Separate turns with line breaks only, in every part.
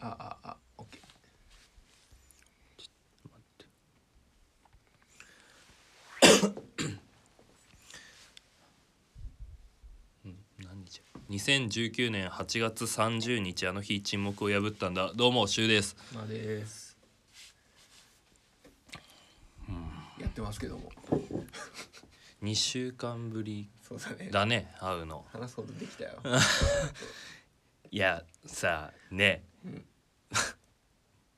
あああオッケー
待ってうん何日2019年8月30日あの日沈黙を破ったんだどうもシュウです
まあです、やってますけども
2週間ぶり
そうだね
だね会うの
話すことできたよ
いやさあね、
ん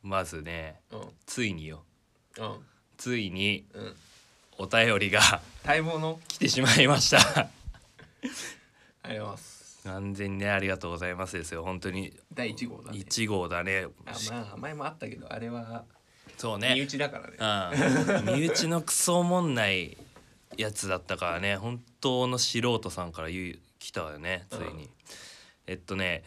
まずね
うん
ついによ
うん
ついに
うん
お便りが
待望の
来てしまいました
ありがとうございます
完全にねありがとうございますですよ本当に
第1号だね
1号だね
あまあ前もあったけどあれは
そうね
身内だからね
うん、身内のクソおもんないやつだったからね本当の素人さんから言う来たわよねついに、
うん
えっとね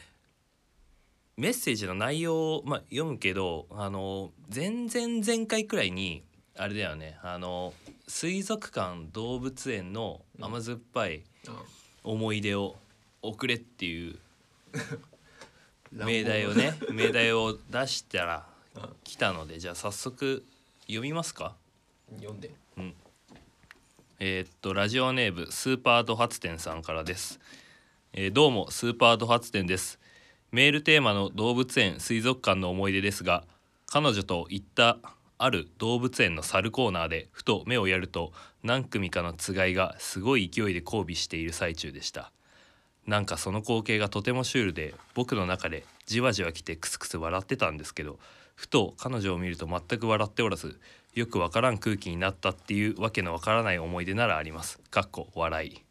メッセージの内容を、まあ、読むけどあの前々前回くらいにあれだよねあの水族館動物園の甘酸っぱい思い出を送れっていう
うん
命題をね命題を出したら
うん
来たのでじゃあ早速読みますか
読んで
うんえーっとラジオネームスーパード発展さんからです、えーどうもスーパード発展ですメールテーマの動物園水族館の思い出ですが彼女と行ったある動物園の猿コーナーでふと目をやると何組かのつがいがすごい勢いで交尾している最中でしたなんかその光景がとてもシュールで僕の中でじわじわ来てクスクス笑ってたんですけどふと彼女を見ると全く笑っておらずよくわからん空気になったっていうわけのわからない思い出ならあります。かっこ笑い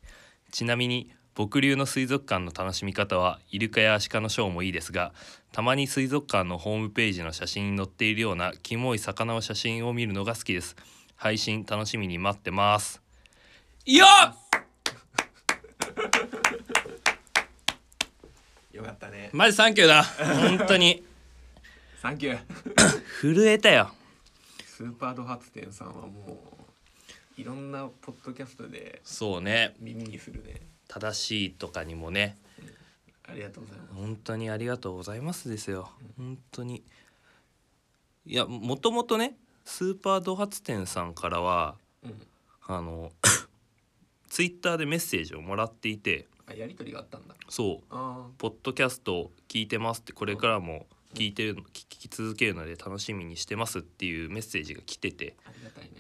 ちなみに僕流の水族館の楽しみ方はイルカやアシカのショーもいいですがたまに水族館のホームページの写真に載っているようなキモい魚の写真を見るのが好きです。配信楽しみに待ってます。いやっ
よかったね
マジサンキューだ本当に
サンキュー
震えたよ
スーパード発展さんはもういろんなポッドキャストで
そうね
耳にするね
正しいとかにもね
ありがとうございます
本当にありがとうございますですよ本当にいやもともとねスーパード発展さんからは
うん
あの ツイッターでメッセージをもらっていて
あやりとりがあったんだ
そう
あ
「ポッドキャスト聞いてます」ってこれからも聞いてるの聞き続けるので楽しみにしてますっていうメッセージが来てて
あありがたいね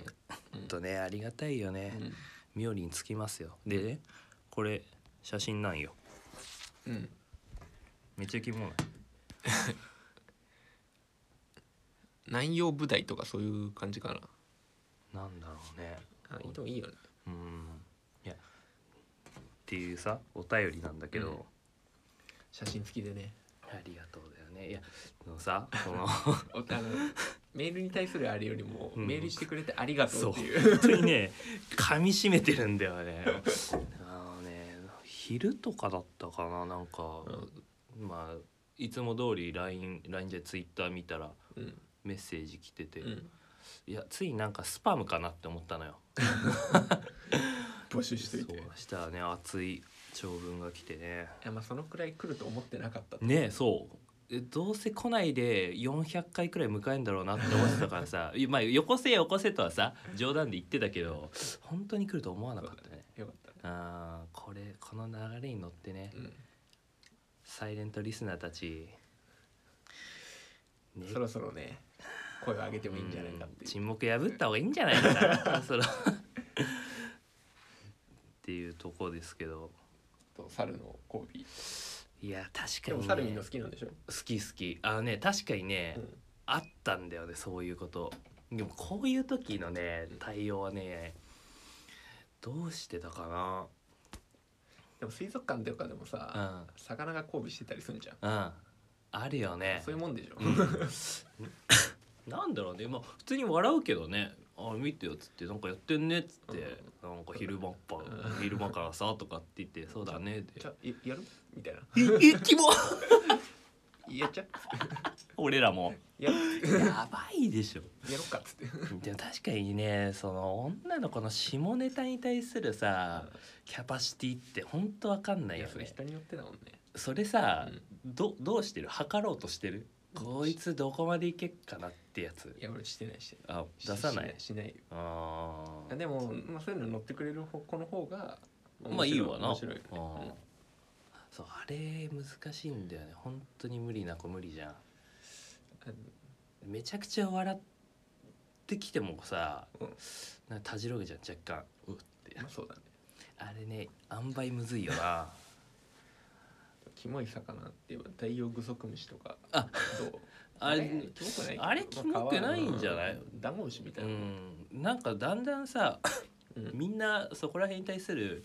ほんとねありがたいよね
うん
ミオリンつきますよでねこれ写真なんよ
うん
めっちゃキモない
南洋舞台とかそういう感じかな
なんだろうね
あいいといいよね
うんいやっていうさお便りなんだけど、
うん写真付きでね
ありがとうだよねいやでもさそ の
お あのメールに対するあれよりも、
うん
メールしてくれてありがと
そうう
って
本
いう
当にね噛みしめてるんだよねあのね昼とかだったかななんか、まあいつも通り LINE, LINE じゃ Twitter 見たら
うん
メッセージ来てて、
うん
いやついなんかスパムかなって思ったのよ
募集し
そ
と
う
いてい
したらね熱い長文が来てね
やまあそのくらい来ると思ってなかった
ねえそうえどうせ来ないで400回くらい迎えるんだろうなって思ってたからさ いまあよこせよこせとはさ冗談で言ってたけど本当に来ると思わなかったね
よかった
あーこれこの流れに乗ってね
うん
サイレントリスナーたちね
そろそろね声を上げてもいいんじゃないかっ
う
て
ん
いう
沈黙破った方がいいんじゃないかな そろっていうとこですけど
と猿の交尾
いや確
で
かに
も
ね、
猿みんな好きなんでしょ、
好き好きあのね確かにね、
うん
あったんだよねそういうことでもこういう時のね対応はねどうしてたか
でも水族館とかでも
なう
さ、
ん
魚が交尾してたりするじゃん、
うんあるよね
そういうもんでしょ、
なんだろうねまあ普通に笑うけどね「あ見てよ」っつって「なんかやってんね」っつって「なんか昼間っぱ昼間からさ」とかって言って「そうだね」って
じゃあややるみたいな
「ええキモ
やっちゃう
俺らも
やる
やばいでしょ
やろっかっつって
でも確かにねその女の子の下ネタに対するさキャパシティって本当わかんないいよ
やそれ
ね
人によってだもんね
それさ、
うん
どどうしてる測ろうとしてるこいつどこまでいけっかなってやつ
いや俺してないしてない
あ出さない
ししないしない
あ
あ
ー
でも、まあ、そういうの乗ってくれる方この方が
まあ
面白
いいわな
面白いよね
あーそうあれ難しいんだよね本当に無理な子無理じゃん
うん
めちゃくちゃ笑ってきてもさ、
うん
なんかたじろぐじゃん若干うって
まあそうだね
あれね塩梅むずいよな
キモい魚って言えばダイオウグソクムシとか
あ
どう
あれ
キモくない
あれキモくないんじゃない
ダンゴムシみた
う
いな、
んなんかだんだんさ
うん
みんなそこら辺に対する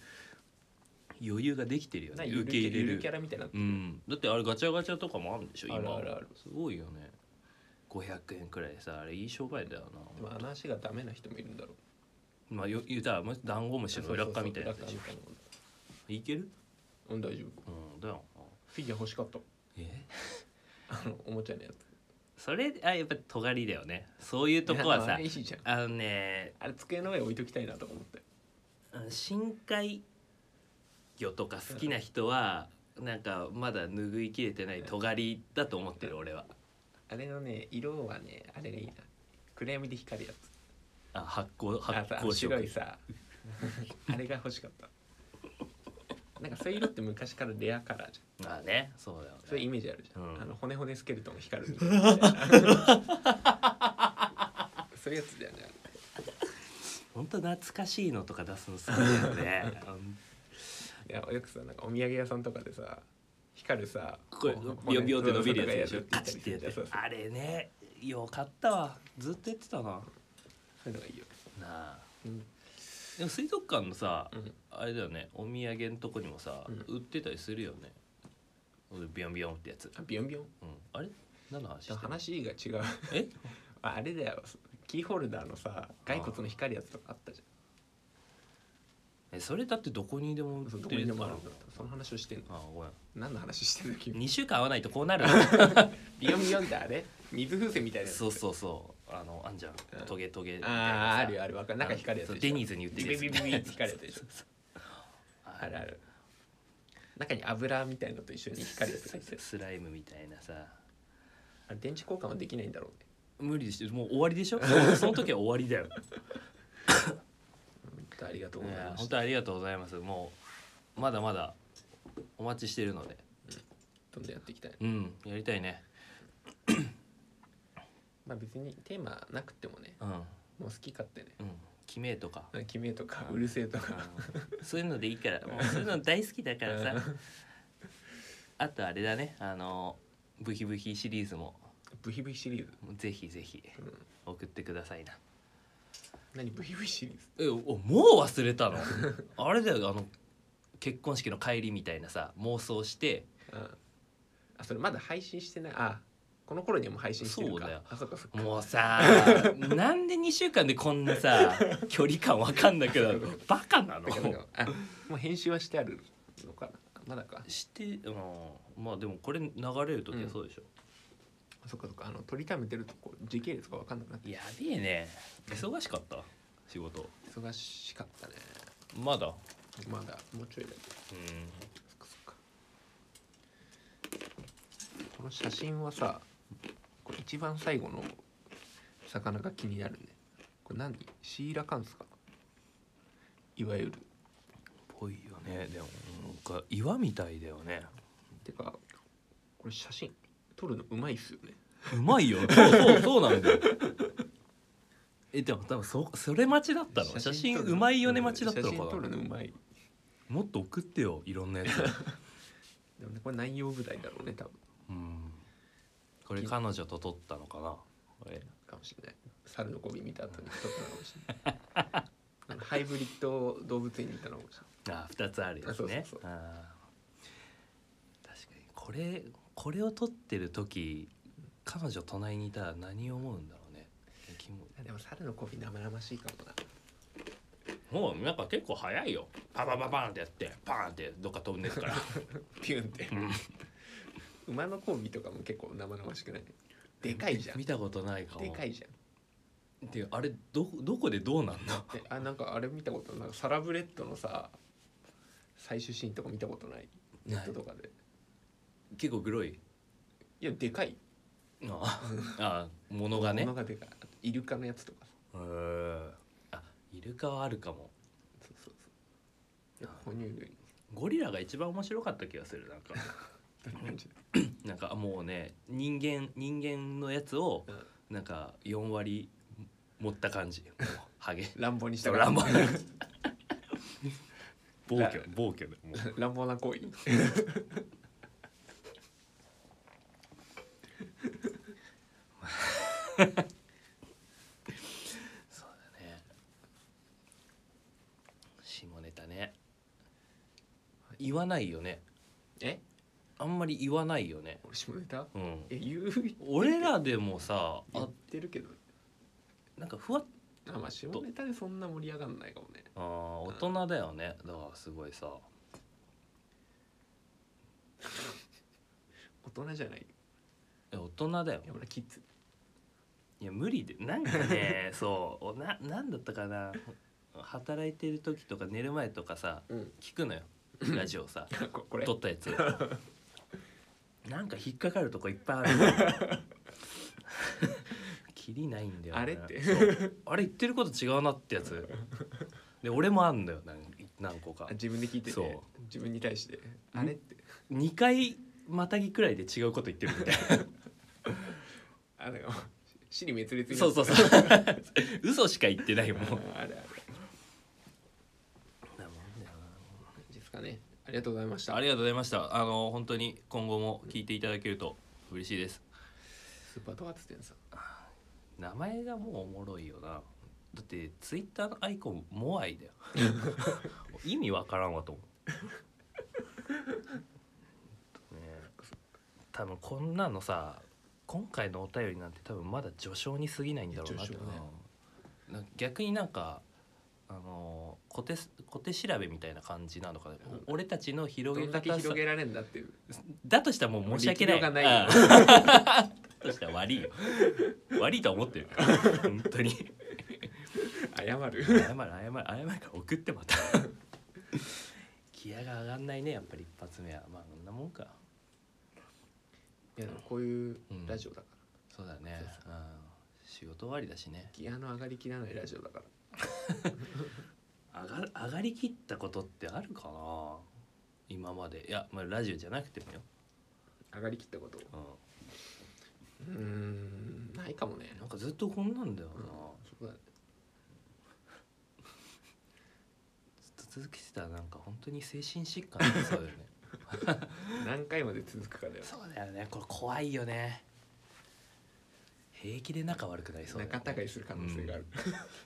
余裕ができてるよ
な
ね
ゆる
受け入れ
ゆるキャ
る、
ラみたいな
うん、だってあれガチャガチャとかもあるんでしょ今
あるあるある
すごいよね500円くらいでさあれいい商売だよ
で
な
も、あの足がダメな人もいるんだろう
まあ、よ言うたらもうダンゴムシの裏っかみたいなやつでし
そう
ょ
そうそう裏っ側み
いける
たいなうん大丈夫
うんだよな
フィギュア欲しかった
え
あのおもちゃのやつ
それあやっぱ尖りだよねそういうとこは
まああ
さ
れいいじゃん
あのね
あれ机の上置いときたいなと思って
うん深海魚とか好きな人はなんかまだ拭いきれてない尖りだと思ってる俺は
あれのね色はねあれがいいな暗闇で光るやつ
あ発酵
あ
発
さ
酵
白い
食
さ あれが欲しかったなんかそういう色って昔からレアカラーじゃん
まあねそうだ
そういうイ
よね
メージあるじゃん、
うん
あの骨骨スケルトンが光るみた いなそういうやつだよねあ
本当懐かしいのとか出すの好きだよねうん
れいやよくさなんかお土産屋さんとかでさ光るさ
これビヨンビヨンって伸びるやつでしょカチってや
そうそう
つ
そう
あれねよかったわずっとやってたなな
そういうのがいいよ、
あ
うん
でも水族館のさ
うん
あれだよねお土産のとこにもさ、
うん
売ってたりするよねビヨンビヨンってやつ、
あビヨンビヨン
うん、あれ何の話してんの
話が違う
え
ああれだよキーホルダーのさ骸骨の光るやつとかあったじ
えそれだってどこにでも売
ゃんそう
っ
ど
て
こ
る
に
や
で
つ
も
だ
あ
ろ
るんだったその話をしてんの
あごめん
何の話してんだ君
2週間会わないとこ うなる
ビヨンビヨンってあれ水風船みたいなやつ
そうそうそうあのあんじゃんトゲトゲみたいな
ああ
さ
あるよあるわかるなんか光るやつ
そう
でしょ
デニーズに売ってるやつ
ビビビビビって光るやつでしょ
あ
あるある中に油みたいのと一緒に光るやつが入ってる
スライムみたいなさ
あれ電池交換はできないんだろうね
無理でしょもう終わりでしょそその 時は終わりだよ
本当ありがとうご
い
ざい
や
ま
本
し
当
た
にありがとうございますもうまだまだお待ちしてるので
どんどんやっていきたい
うんやりたいね
まあ別にテーマなくてもね
うん
もう好き勝手ね
うん決めとか
「決め」とか「うるせえ」とか
うんそういうのでいいからもうそういうの大好きだからさあとあれだねあのブヒブヒシリーズも
ブヒブヒシリーズ
ぜひぜひ
うん
送ってくださいな
何ブヒブヒシリーズ
えおもう忘れ たのあれだよあの結婚式の帰りみたいなさ妄想して
ああそれまだ配信してないあこの頃にはもう配信してるか
そうだよ
あそっかそっか
もう さなんで2週間でこんなさ距離感わかんなくなる のバカなの
だからあもう編集はしてあるのかなまだか
してうんまあでもこれ流れる時はそうでしょ、
そっかそっかあの取りためてるとこ時系列が分かんなくなって
やべえね忙しかった仕事
忙しかったね
まだ
まだもうちょいだけど
う
そっかそっかこの写真はさこれ一番最後の魚が気になるねこれ何シーラカンスかいわゆる
んぽいよねでもなんか岩みたいだよね
てかこれ写真撮るのうまいっすよね
うまいよ そうそうそうなんだよ えでも多分そそれ待ちだったの写真
撮るの
うまいよね
ん
待ちだったの
写真
か
撮
な
るのうまい
もっと送ってよいろんなや つ
でもねこれ内容舞台だろうね多分
うんこれ彼女と撮ったのかなこれ
かもしれない猿の媚び見た後に撮ったのかもしれない あのハイブリッド動物園に行ったのかもしれない
あ二つあるやつね
あそうそうそう
あー確かにこれこれを撮ってる時彼女隣にいたら何を思うんだろうねキモい
あでも猿の媚び生々しいかもな
もうなんか結構早いよパパパパンってやってパーンってどっか飛んでくから
ピュンって
ん
馬の交尾とかも結構生々しくない でかいじゃん
見たことないかも
でかいじゃ
てかあれどどこでどうなんだ
んであなんかあれ見たことなんかサラブレッドのさ最終シーンとか見たことないネットとかで
結構グロい
いやでかい
ああ物がね
物がでかいイルカのやつとか
うーんあイルカはあるかも
そうそうそういや哺乳類
ゴリラが一番面白かった気がする なんかなんかもうね人間人間のやつを
うん
なんか4割持った 感じもうハゲ
乱暴にした
乱暴な暴挙暴挙でもう
乱暴な行為
そうだね下ネタね言わないよね
え
あんまり言わないよね
俺下ネタ
うん
え言う
俺らでもさ
言
あ
ってるけど
なんかふわっ
あまあ下ネタでそんな盛り上がんないかもね
あー大人だよねだからすごいさ
大人じゃない
いや大人だよ
いや俺キッズ
いや無理でなんか ねそうおななんだったかな働いてる時とか寝る前とかさ
うん
聞くのよラジオさ
ここれ
撮ったや つなんか引っかかるとこいっぱいある キリないんだよな
あれって
そうあれ言ってること違うなってやつで俺もあんだよ何何個か
あ自分で聞いてて、
そう
自分に対してあれって
2回またぎくらいで違うこと言ってるみたいな
あれ死に滅裂にな
そう
った
そうそう嘘しか言ってないもん
あ
なもん
ーあれあれ
だよな
ですかねありがとうございました
ありがとうございました。あの本当に今後も聞いていただけると嬉しいです。
スーパードアツテンさん
名前がもうおもろいよな。だってツイッターのアイコンモアイだよ。 意味わからんわと思う。ねえ、多分こんなのさ、今回のお便りなんて多分まだ序章に過ぎないんだろうなって
序章ね
な逆になんか。あの小手す小手調べみたいな感じなのかな、
ん
俺たちの
ど
広げ
んだ
方
け広げられんだっていう
だとしたらもう申し訳な
力量
い。
がない
あ
よ
あだとしたら悪いよ。悪いとは思ってる。 本当に。
謝る
謝る謝る謝るから送ってまた。気合が上がんないねやっぱり一発目はまあこんなもんか。
いやでもこういう
うん
ラジオだから、
そうだね。
そう
うん仕事終わりだしね。
ギアの上がりきらないラジオだから
上が上がりきったことってあるかな。今までいやまあラジオじゃなくてもよ。
上がりきったこと
う
うーんないかもね
ん。なんかずっとこんなんだよな。
そうだね
ずっと続けてたらなんか本当に精神疾患になりそうだよね。
何回まで続くかだよ
そうだよねこれ怖いよね平気で仲悪くなりそうだよね
仲違いする可能性がある、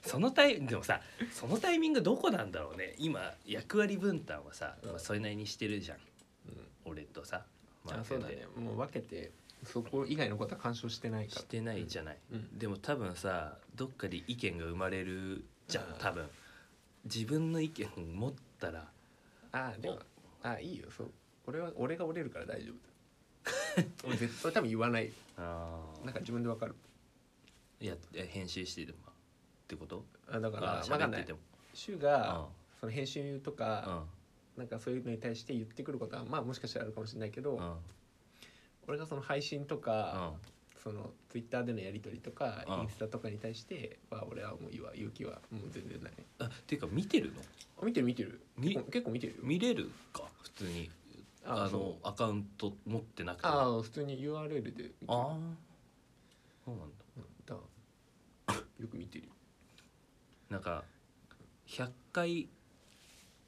そのタイでもさそのタイミングどこなんだろうね今役割分担はさ、
うん
まあ、それなりにしてるじゃん
うん
俺とさ、ま
あそうだねもう分けてそこ以外のことは干渉してないか
してないじゃない、
ら、うん、
でも多分さどっかで意見が生まれるじゃん
うん
多分自分の意見持ったら
ああでもああいいよそう俺は俺が折れるから大丈夫 だ俺絶対多分言わないよ
あ
なんか自分で分かる
いやいや編集しててもってこと
あだから
あ
分かん
喋っ
な
て
い
ても
柊
うん
がその編集と
う
か、
ん
なんかそういうのに対して言ってくることはまあもしかしたらあるかもしれないけど、
うんうん
俺がその配信とか、そのツイッターでのやり取りとか、
うん
インスタとかに対しては俺はもういいわ勇気はもう全然ない
あっていうか見てるの
あ見てる見てる
み
結構結構見てるよ
見れるか普通にあ
そう
のアカウント持ってなくても
ああ普通に URL で見てる
あーそうなんだ
うんだよく見てるよ
なんか100回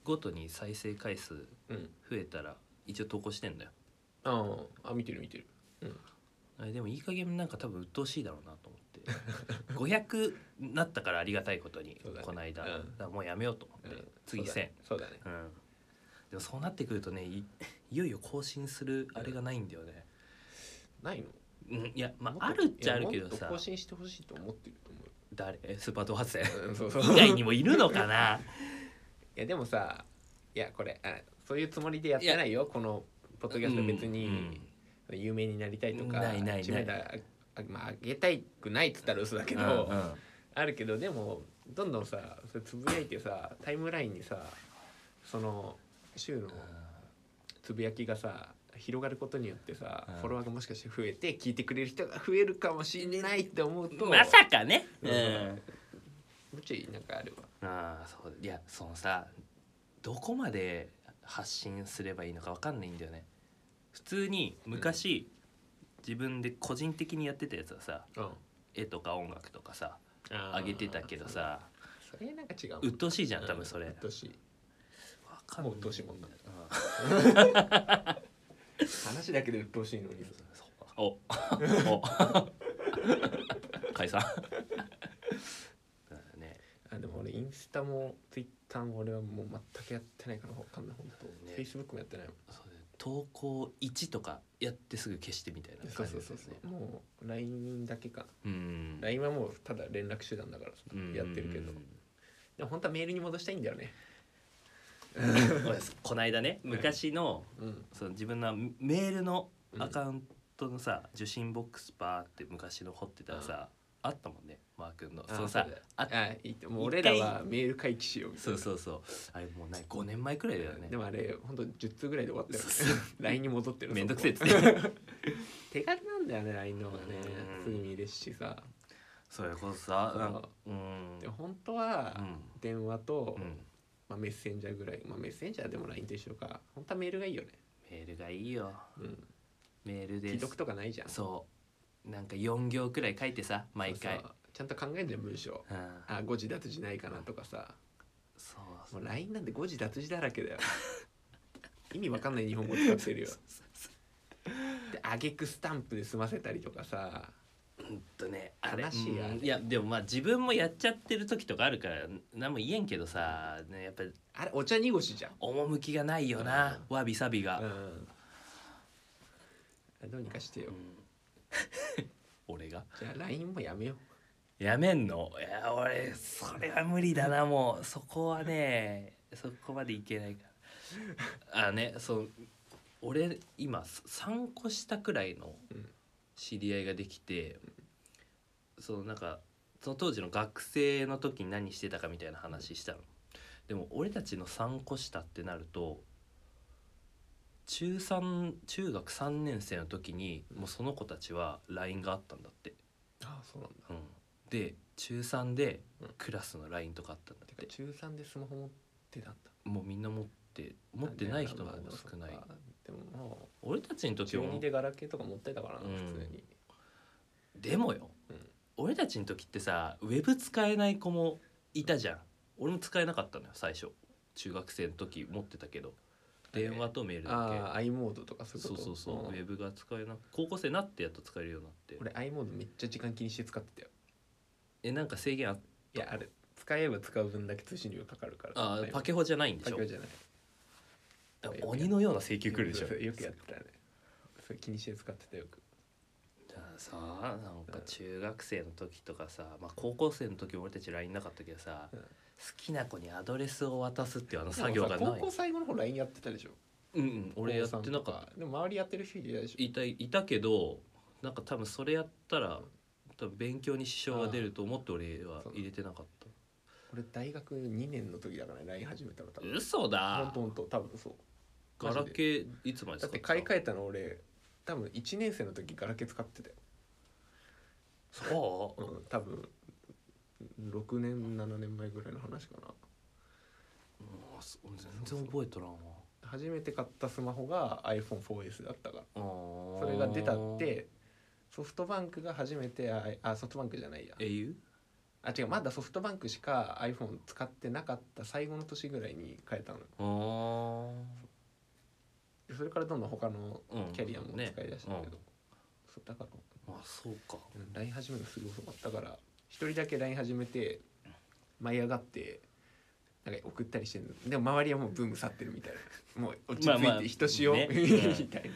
ごとに再生回数
うん
増えたら一応投稿してんだよ
あああ見てる見てる
あれでもいい加減なんか多分鬱陶しいだろうなと 思って500なったからありがたいことに、
そうだね
この間、
うん
だからもうやめようと思って、
うん
次1000、
そうだね
うんでもそうなってくるとねいいよいよ更新するあれがないんだよね、
ないの
うん、いやま
もっと
ああるっちゃあるけど
いや
さ
もっと更新してほしいと思ってると思
誰えスーパード 発生
う、うん、そうそう
以外に
い
もいるの かな
やでもさいやこれあそういうつもりでやってないよこのポッドキャスト別に、有名になりたいとか
ないないない
知名度ああまあ上げたくないっつったら嘘だけ
け
ど、
ど、
あるけどでもどんどんさそれつぶやいてさタイムラインにさその週のつぶやきがさ広がることによってさ、
うん
フォロワーがもしかして増えて聞いてくれる人が増えるかもしれないって思うと
まさかねう、
うんんもうちょいなんかあれば
ああそういやそのさどこまで発信すればいいのかわかんないんだよね普通に昔、自分で個人的にやってたやつはさ絵とか音楽とかさ
あ
上げてたけどさ
それなんか違うもん
鬱陶しいじゃん多分それ
うっとうしい
わかんない
もう鬱陶しいもんな
うん
話だけで鬱陶しいの に
そうお お解散だね
あでも俺インスタもツイッターも俺はもう全くやってないから分かんない本当
ね
フェイスブックもやってないもん
そうだね投稿1とかやってすぐ消してみたいな
そう
感じ
そう
です
そ
よ
う
ね
そうもう LINE だけか
うん
LINE はもうただ連絡手段だからさ
うん
やってるけどでも本当はメールに戻したいんだよね
俺こないだね昔の
うん
その自分のメールのアカウントのさ受信ボックスパーって昔の掘ってたらさあったもんねマー君のそのさあ
あいいってもう俺らはメール回帰しようみたい
そう
な
そうそうあれもうない5年前くらいだよね
でもあれ本当10通ぐらいで終わったよね
そうそ う
LINE に戻ってる
めんどくせえっつって
て手軽なんだよね LINE の方がね
うん
すぐ見れるしさ
それこそさなんかうん
で本当は
うん
電話と、
うん
まあ、メッセンジャーぐらい、まあ、メッセンジャーでも LINE と一緒か本当はメールがいいよね、
メールがいいよ
うん、
メールで
既読とかないじゃん
そうなんか4行くらい書いてさ毎回
そうちゃんと考えんじゃん文 章
うん
あ5時脱字ないかなとかさ
そ
も
う
う LINE なんて5時脱字だらけだよ 意味わかんない日本語使ってるよであげくスタンプで済ませたりとかさ
うんとねあれ
悲しいよ
うん
あれ
いやでもまあ自分もやっちゃってる時とかあるから何も言えんけどさ、ね、やっぱり
あれお茶濁しじゃん
趣がないよな、わびさびが、
うんどうにかしてよ
うん 俺が
じゃあ LINE もやめよ
やめんのいや俺それは無理だなもうそこはねそこまでいけないからあねそう俺今3個下くらいの
うん
知り合いができて、そのなんかその当時の学生の時に何してたかみたいな話したのでも俺たちの3個下ってなると中3中学3年生の時にもうその子たちは LINE があったんだって
うああそうなんだ
うん、で中3で
うん
クラスの LINE とかあったんだって
か
て、
中3でスマホ持ってたんだ
もうみんな持って持ってない人の方が少ない、
まあでもも
俺たちの
う
時
中
は
2でガラケーとか持ってたからな
うん
普通に
でもよ、
うん
俺たちの時ってさウェブ使えない子もいたじゃん俺も使えなかったのよ最初中学生の時持ってたけど電話とメールだ
ああ i モードとかそ
け
ういう
そ
こと
うそうそう、ウ
ん
ェブが使えなく高校生になってやっと使えるようになって
俺 i モードめっちゃ時間気にして使ってたよ
えなんか制限あ
いやあれ使えば使う分だけ通信料かかるから
あーパケ
ホ
ホじゃないんでしょ
じゃない
鬼のような請求来るでしょ
そうそうよくやってたねそれ気にして使ってたよく
だからさなんか中学生の時とかさ、まあ、高校生の時も俺たち LINE なかったけどさ、
うん
好きな子にアドレスを渡すっていうあの作業が
でも
な
さ
い
高校最後の方 LINE やってたでしょ
うん、うん、俺やってな
高校
かっ
さんとでも周りやってる人いたでしたょ
いたいたけどなんか多分それやったら多分勉強に支障が出ると思って俺は入れてなかっ
俺大学2年の時だからね LINE 始めたの多
た
分
嘘
ほん
だ
とほんと多分そう
ガラケーいつまで
だ
使っ
ってて
た
買い替えたの俺多分1年生の時ガラケー使ってたよ、
そう
うん、多分6年7年前ぐらいの話かな
もうそ俺全然覚えとらんわ
初めて買ったスマホが iPhone4S だったから
そ
それが出たってソフトバンクが初めてああソフトバンクじゃないや
英雄
あ違うまだソフトバンクしか iPhone 使ってなかった最後の年ぐらいに変えたのよ
あー
でそれからどんどん他の
うん
キャリアも使い出したけど、
ねうん
そうだから
まあそうか
うん LINE 始めるのすぐ遅かったから一人だけ LINE 始めて舞い上がってなんか送ったりしてるでも周りはもうブーム去ってるみたいなもう落ち着
まあまあ
いてひとしお
ね
みたい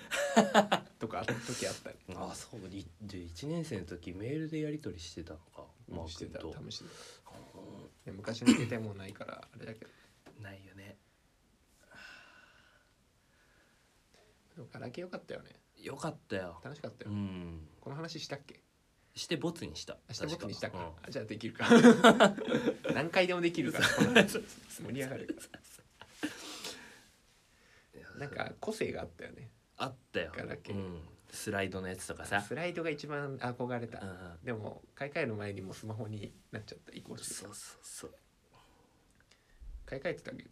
な とかあった時あったね
あそういで1年生の時メールでやり取りしてたのかマ
し
ー
て
君
た
と
試してたいや昔の携帯もうないからあれだけど
ないよね
でもガラケーよかったよね
よかったよ
楽しかった
う
よ、
ん
この話したっけ
してボツにした
明日僕にしたか
確
あじゃあで きるか何回でもできるからこの話盛り上がるから
うん
なんか個性があったよね
あったよ
ガラケ
う
ー
ん、スライドのやつとかさ
スライドが一番憧れた、
うん
でも買い替える前にもうスマホになっちゃった移行して
そうそうそう、
買い替えてたけど、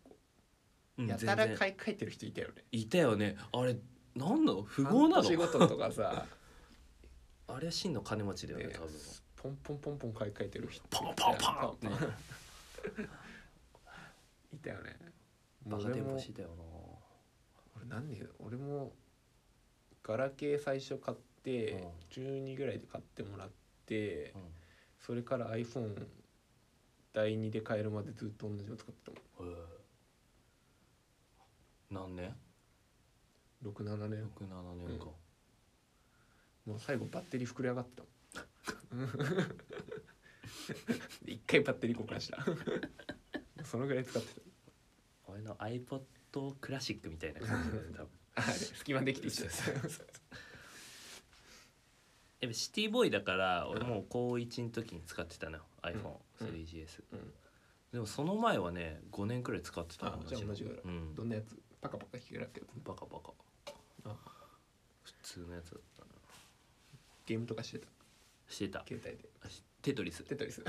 うん、
やたら
全然
買い替えてる人いたよね
いたよねあれなんなの不合な
仕
の
事とかさ
あれは真の金持ちだよね
ね
多分
ポンポンポンポン買い替えてる人
ポンポンポンってね
いたよね
バ
もう
カ
俺
テン
も
パしだよ
俺何年俺もガラケー最初買って
うん
12ぐらいで買ってもらって
な、
それから iPhone 第2で買えるまでずっと同じの使ってたもん
うんへえ何年
67年
六七年か、
もう最後バッテリー膨れ上がってたも ん一回バッテリー交換した そのぐらい使って
俺の iPod クラシックみたいな感じだよね多分
たあれ隙間できてきた
やっぱシティボーイだから俺もう高1の時に使ってたのよ iPhone3GS、
うん
でもその前はね5年くらい使ってた
あじゃあ同じぐらい
うん
どんなやつパカパカ引きらってやつ
バカバカ
あ
普通のやつだったな
ゲームとかしてた
してた
携帯で
テトリス
テトリス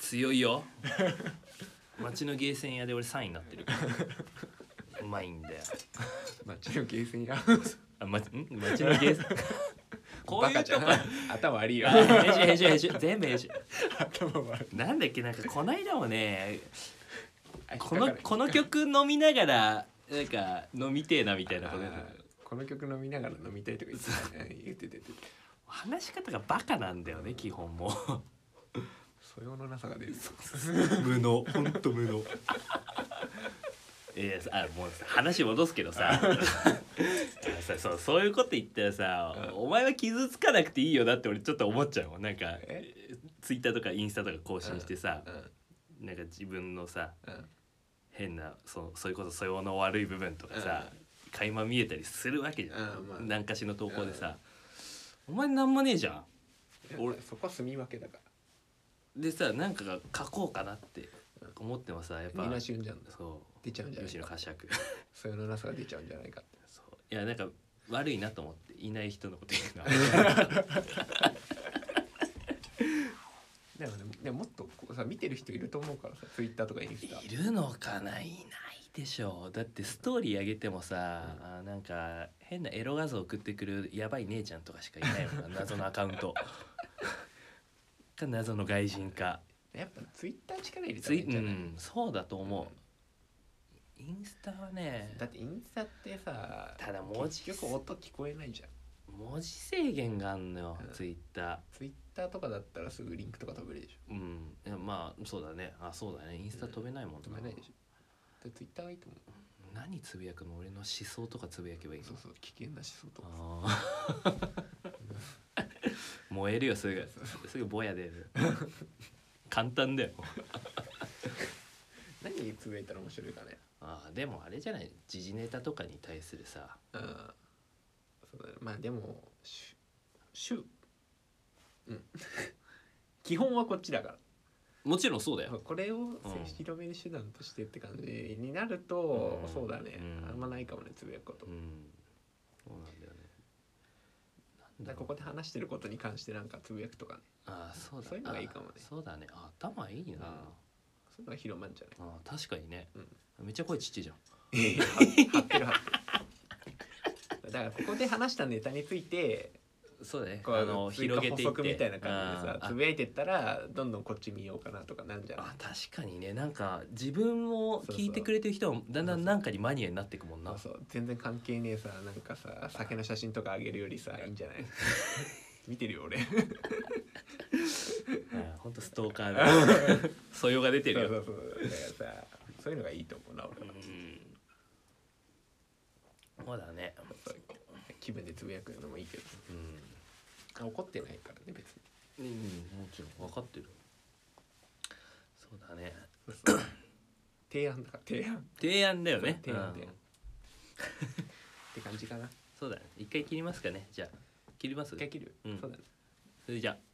強いよ 街のゲーセン屋で俺3位になってるからうまいんだよ
街のゲーセンや
あ、ま、ん街のゲーセンこう
バ
いう
カじゃ
と
ん
こ
頭悪いよ
あ編集編集編集全部編集
頭悪
なんだっけなんかこないだもね
い
このこの曲飲みながらなんか飲みてえなみたいなこと言ってた
この曲飲みながら飲みたいとか言ってた ね言っててて
話し方がバカなんだよね基本もう
素養のなさが出る
無能本当無能 いやあもう話戻すけどさ あさそうそういうこと言ったらさ、お前は傷つかなくていいよなって俺ちょっと思っちゃうもんなんか
え
ツイッターとかインスタとか更新してさ
う、ん
なんか自分のさ
うん
変なそそういうこと素養の悪い部分とかさ、垣間見えたりするわけじゃん、
うんまあ
何かしらの投稿でさ、お前なんもねえじゃん俺
俺そこ住み分けだか
でさなんかが書こうかなって思ってもさや
ら
っぱ
みんな死んじゃうんだ
そう
出ちゃうんじゃない
吉野
か
かしゃく
素養のなさが出ちゃうんじゃないかって
そういやなんか悪いなと思っていない人のこと言うな
でもねでももっとこうさ見てる人いると思うからさツイッターとかインスタ
いるのかないないでしょだってストーリー上げてもさ、あなんか変なエロ画像送ってくるやばい姉ちゃんとかしかいないもん な謎のアカウントか謎の外人か
やっぱツイッター力入れた
つ
らい
い
いんじ
う
ゃない、
んそうだと思う、インスタはね
だってインスタってさ
ただ文字
結局音聞こえないじゃん
文字制限があんのよ、
うん
ツイッタ
ツイッターとかだったらすぐリンクとか飛べるでし
ーうんいやまあそうだねあそうだねインスタ飛べないもん
ょ飛べないでし
ょ
ょでツイッターがいいと思う
何つぶやくの俺の思想とかつぶやけばいいの
そうそう危険な思想とか
あー 燃えるよすぐすぐぼやで簡単だよ
何つぶやいたら面白いかね
あーでもあれじゃない時事ネタとかに対するさ
うんそうだねまあでも週週うん 基本はこっちだか
もちろんそうだ
ら
よ
これを
うん
広める手段としてって感じになると、
うん
そうだね、
うん
あんまないかもねつぶやくこと、
うんそうなんだよねな
だ
んだ
からこ
ろう
こで話してることに関してなんかつぶやくとかね
あーそうだ
そういうのがいいかもね
あーそうだねあ頭いいな、
そういうのが広まるんじゃない
あー確かにね、
うん
めっちゃ声ちっちゃいじゃん
張ってる張ってる だからここで話したネタについて
そうだね
こう
あの
追加
広げていっ
補足
て
みたいな感じで
あ
さ
ー
つぶやいてったらどんどんこっち見ようかなとかなんじゃない
あ確かにねなんか自分も聞いてくれてる人はだんだんなんかにマニアになっていくもんな
そうそう全然関係ねえさなんかさ酒の写真とかあげるよりさいいんじゃない 見てるよ俺
うんほんとストーカーだ素養が出てるよ
そうそうそうだからさそういうのがいいと思うな俺は
うんそうだね
そう気分でつぶやくのもいいけど
うん
あ怒ってないからね別に
うんもちろん分かってるそうだね
そうそう 提案だから提案っ
提案だよね
提案提案
うん
て感じかな
そうだね一回切りますかねじゃあ切ります
一回切る、
うん
そうだね
それじゃあ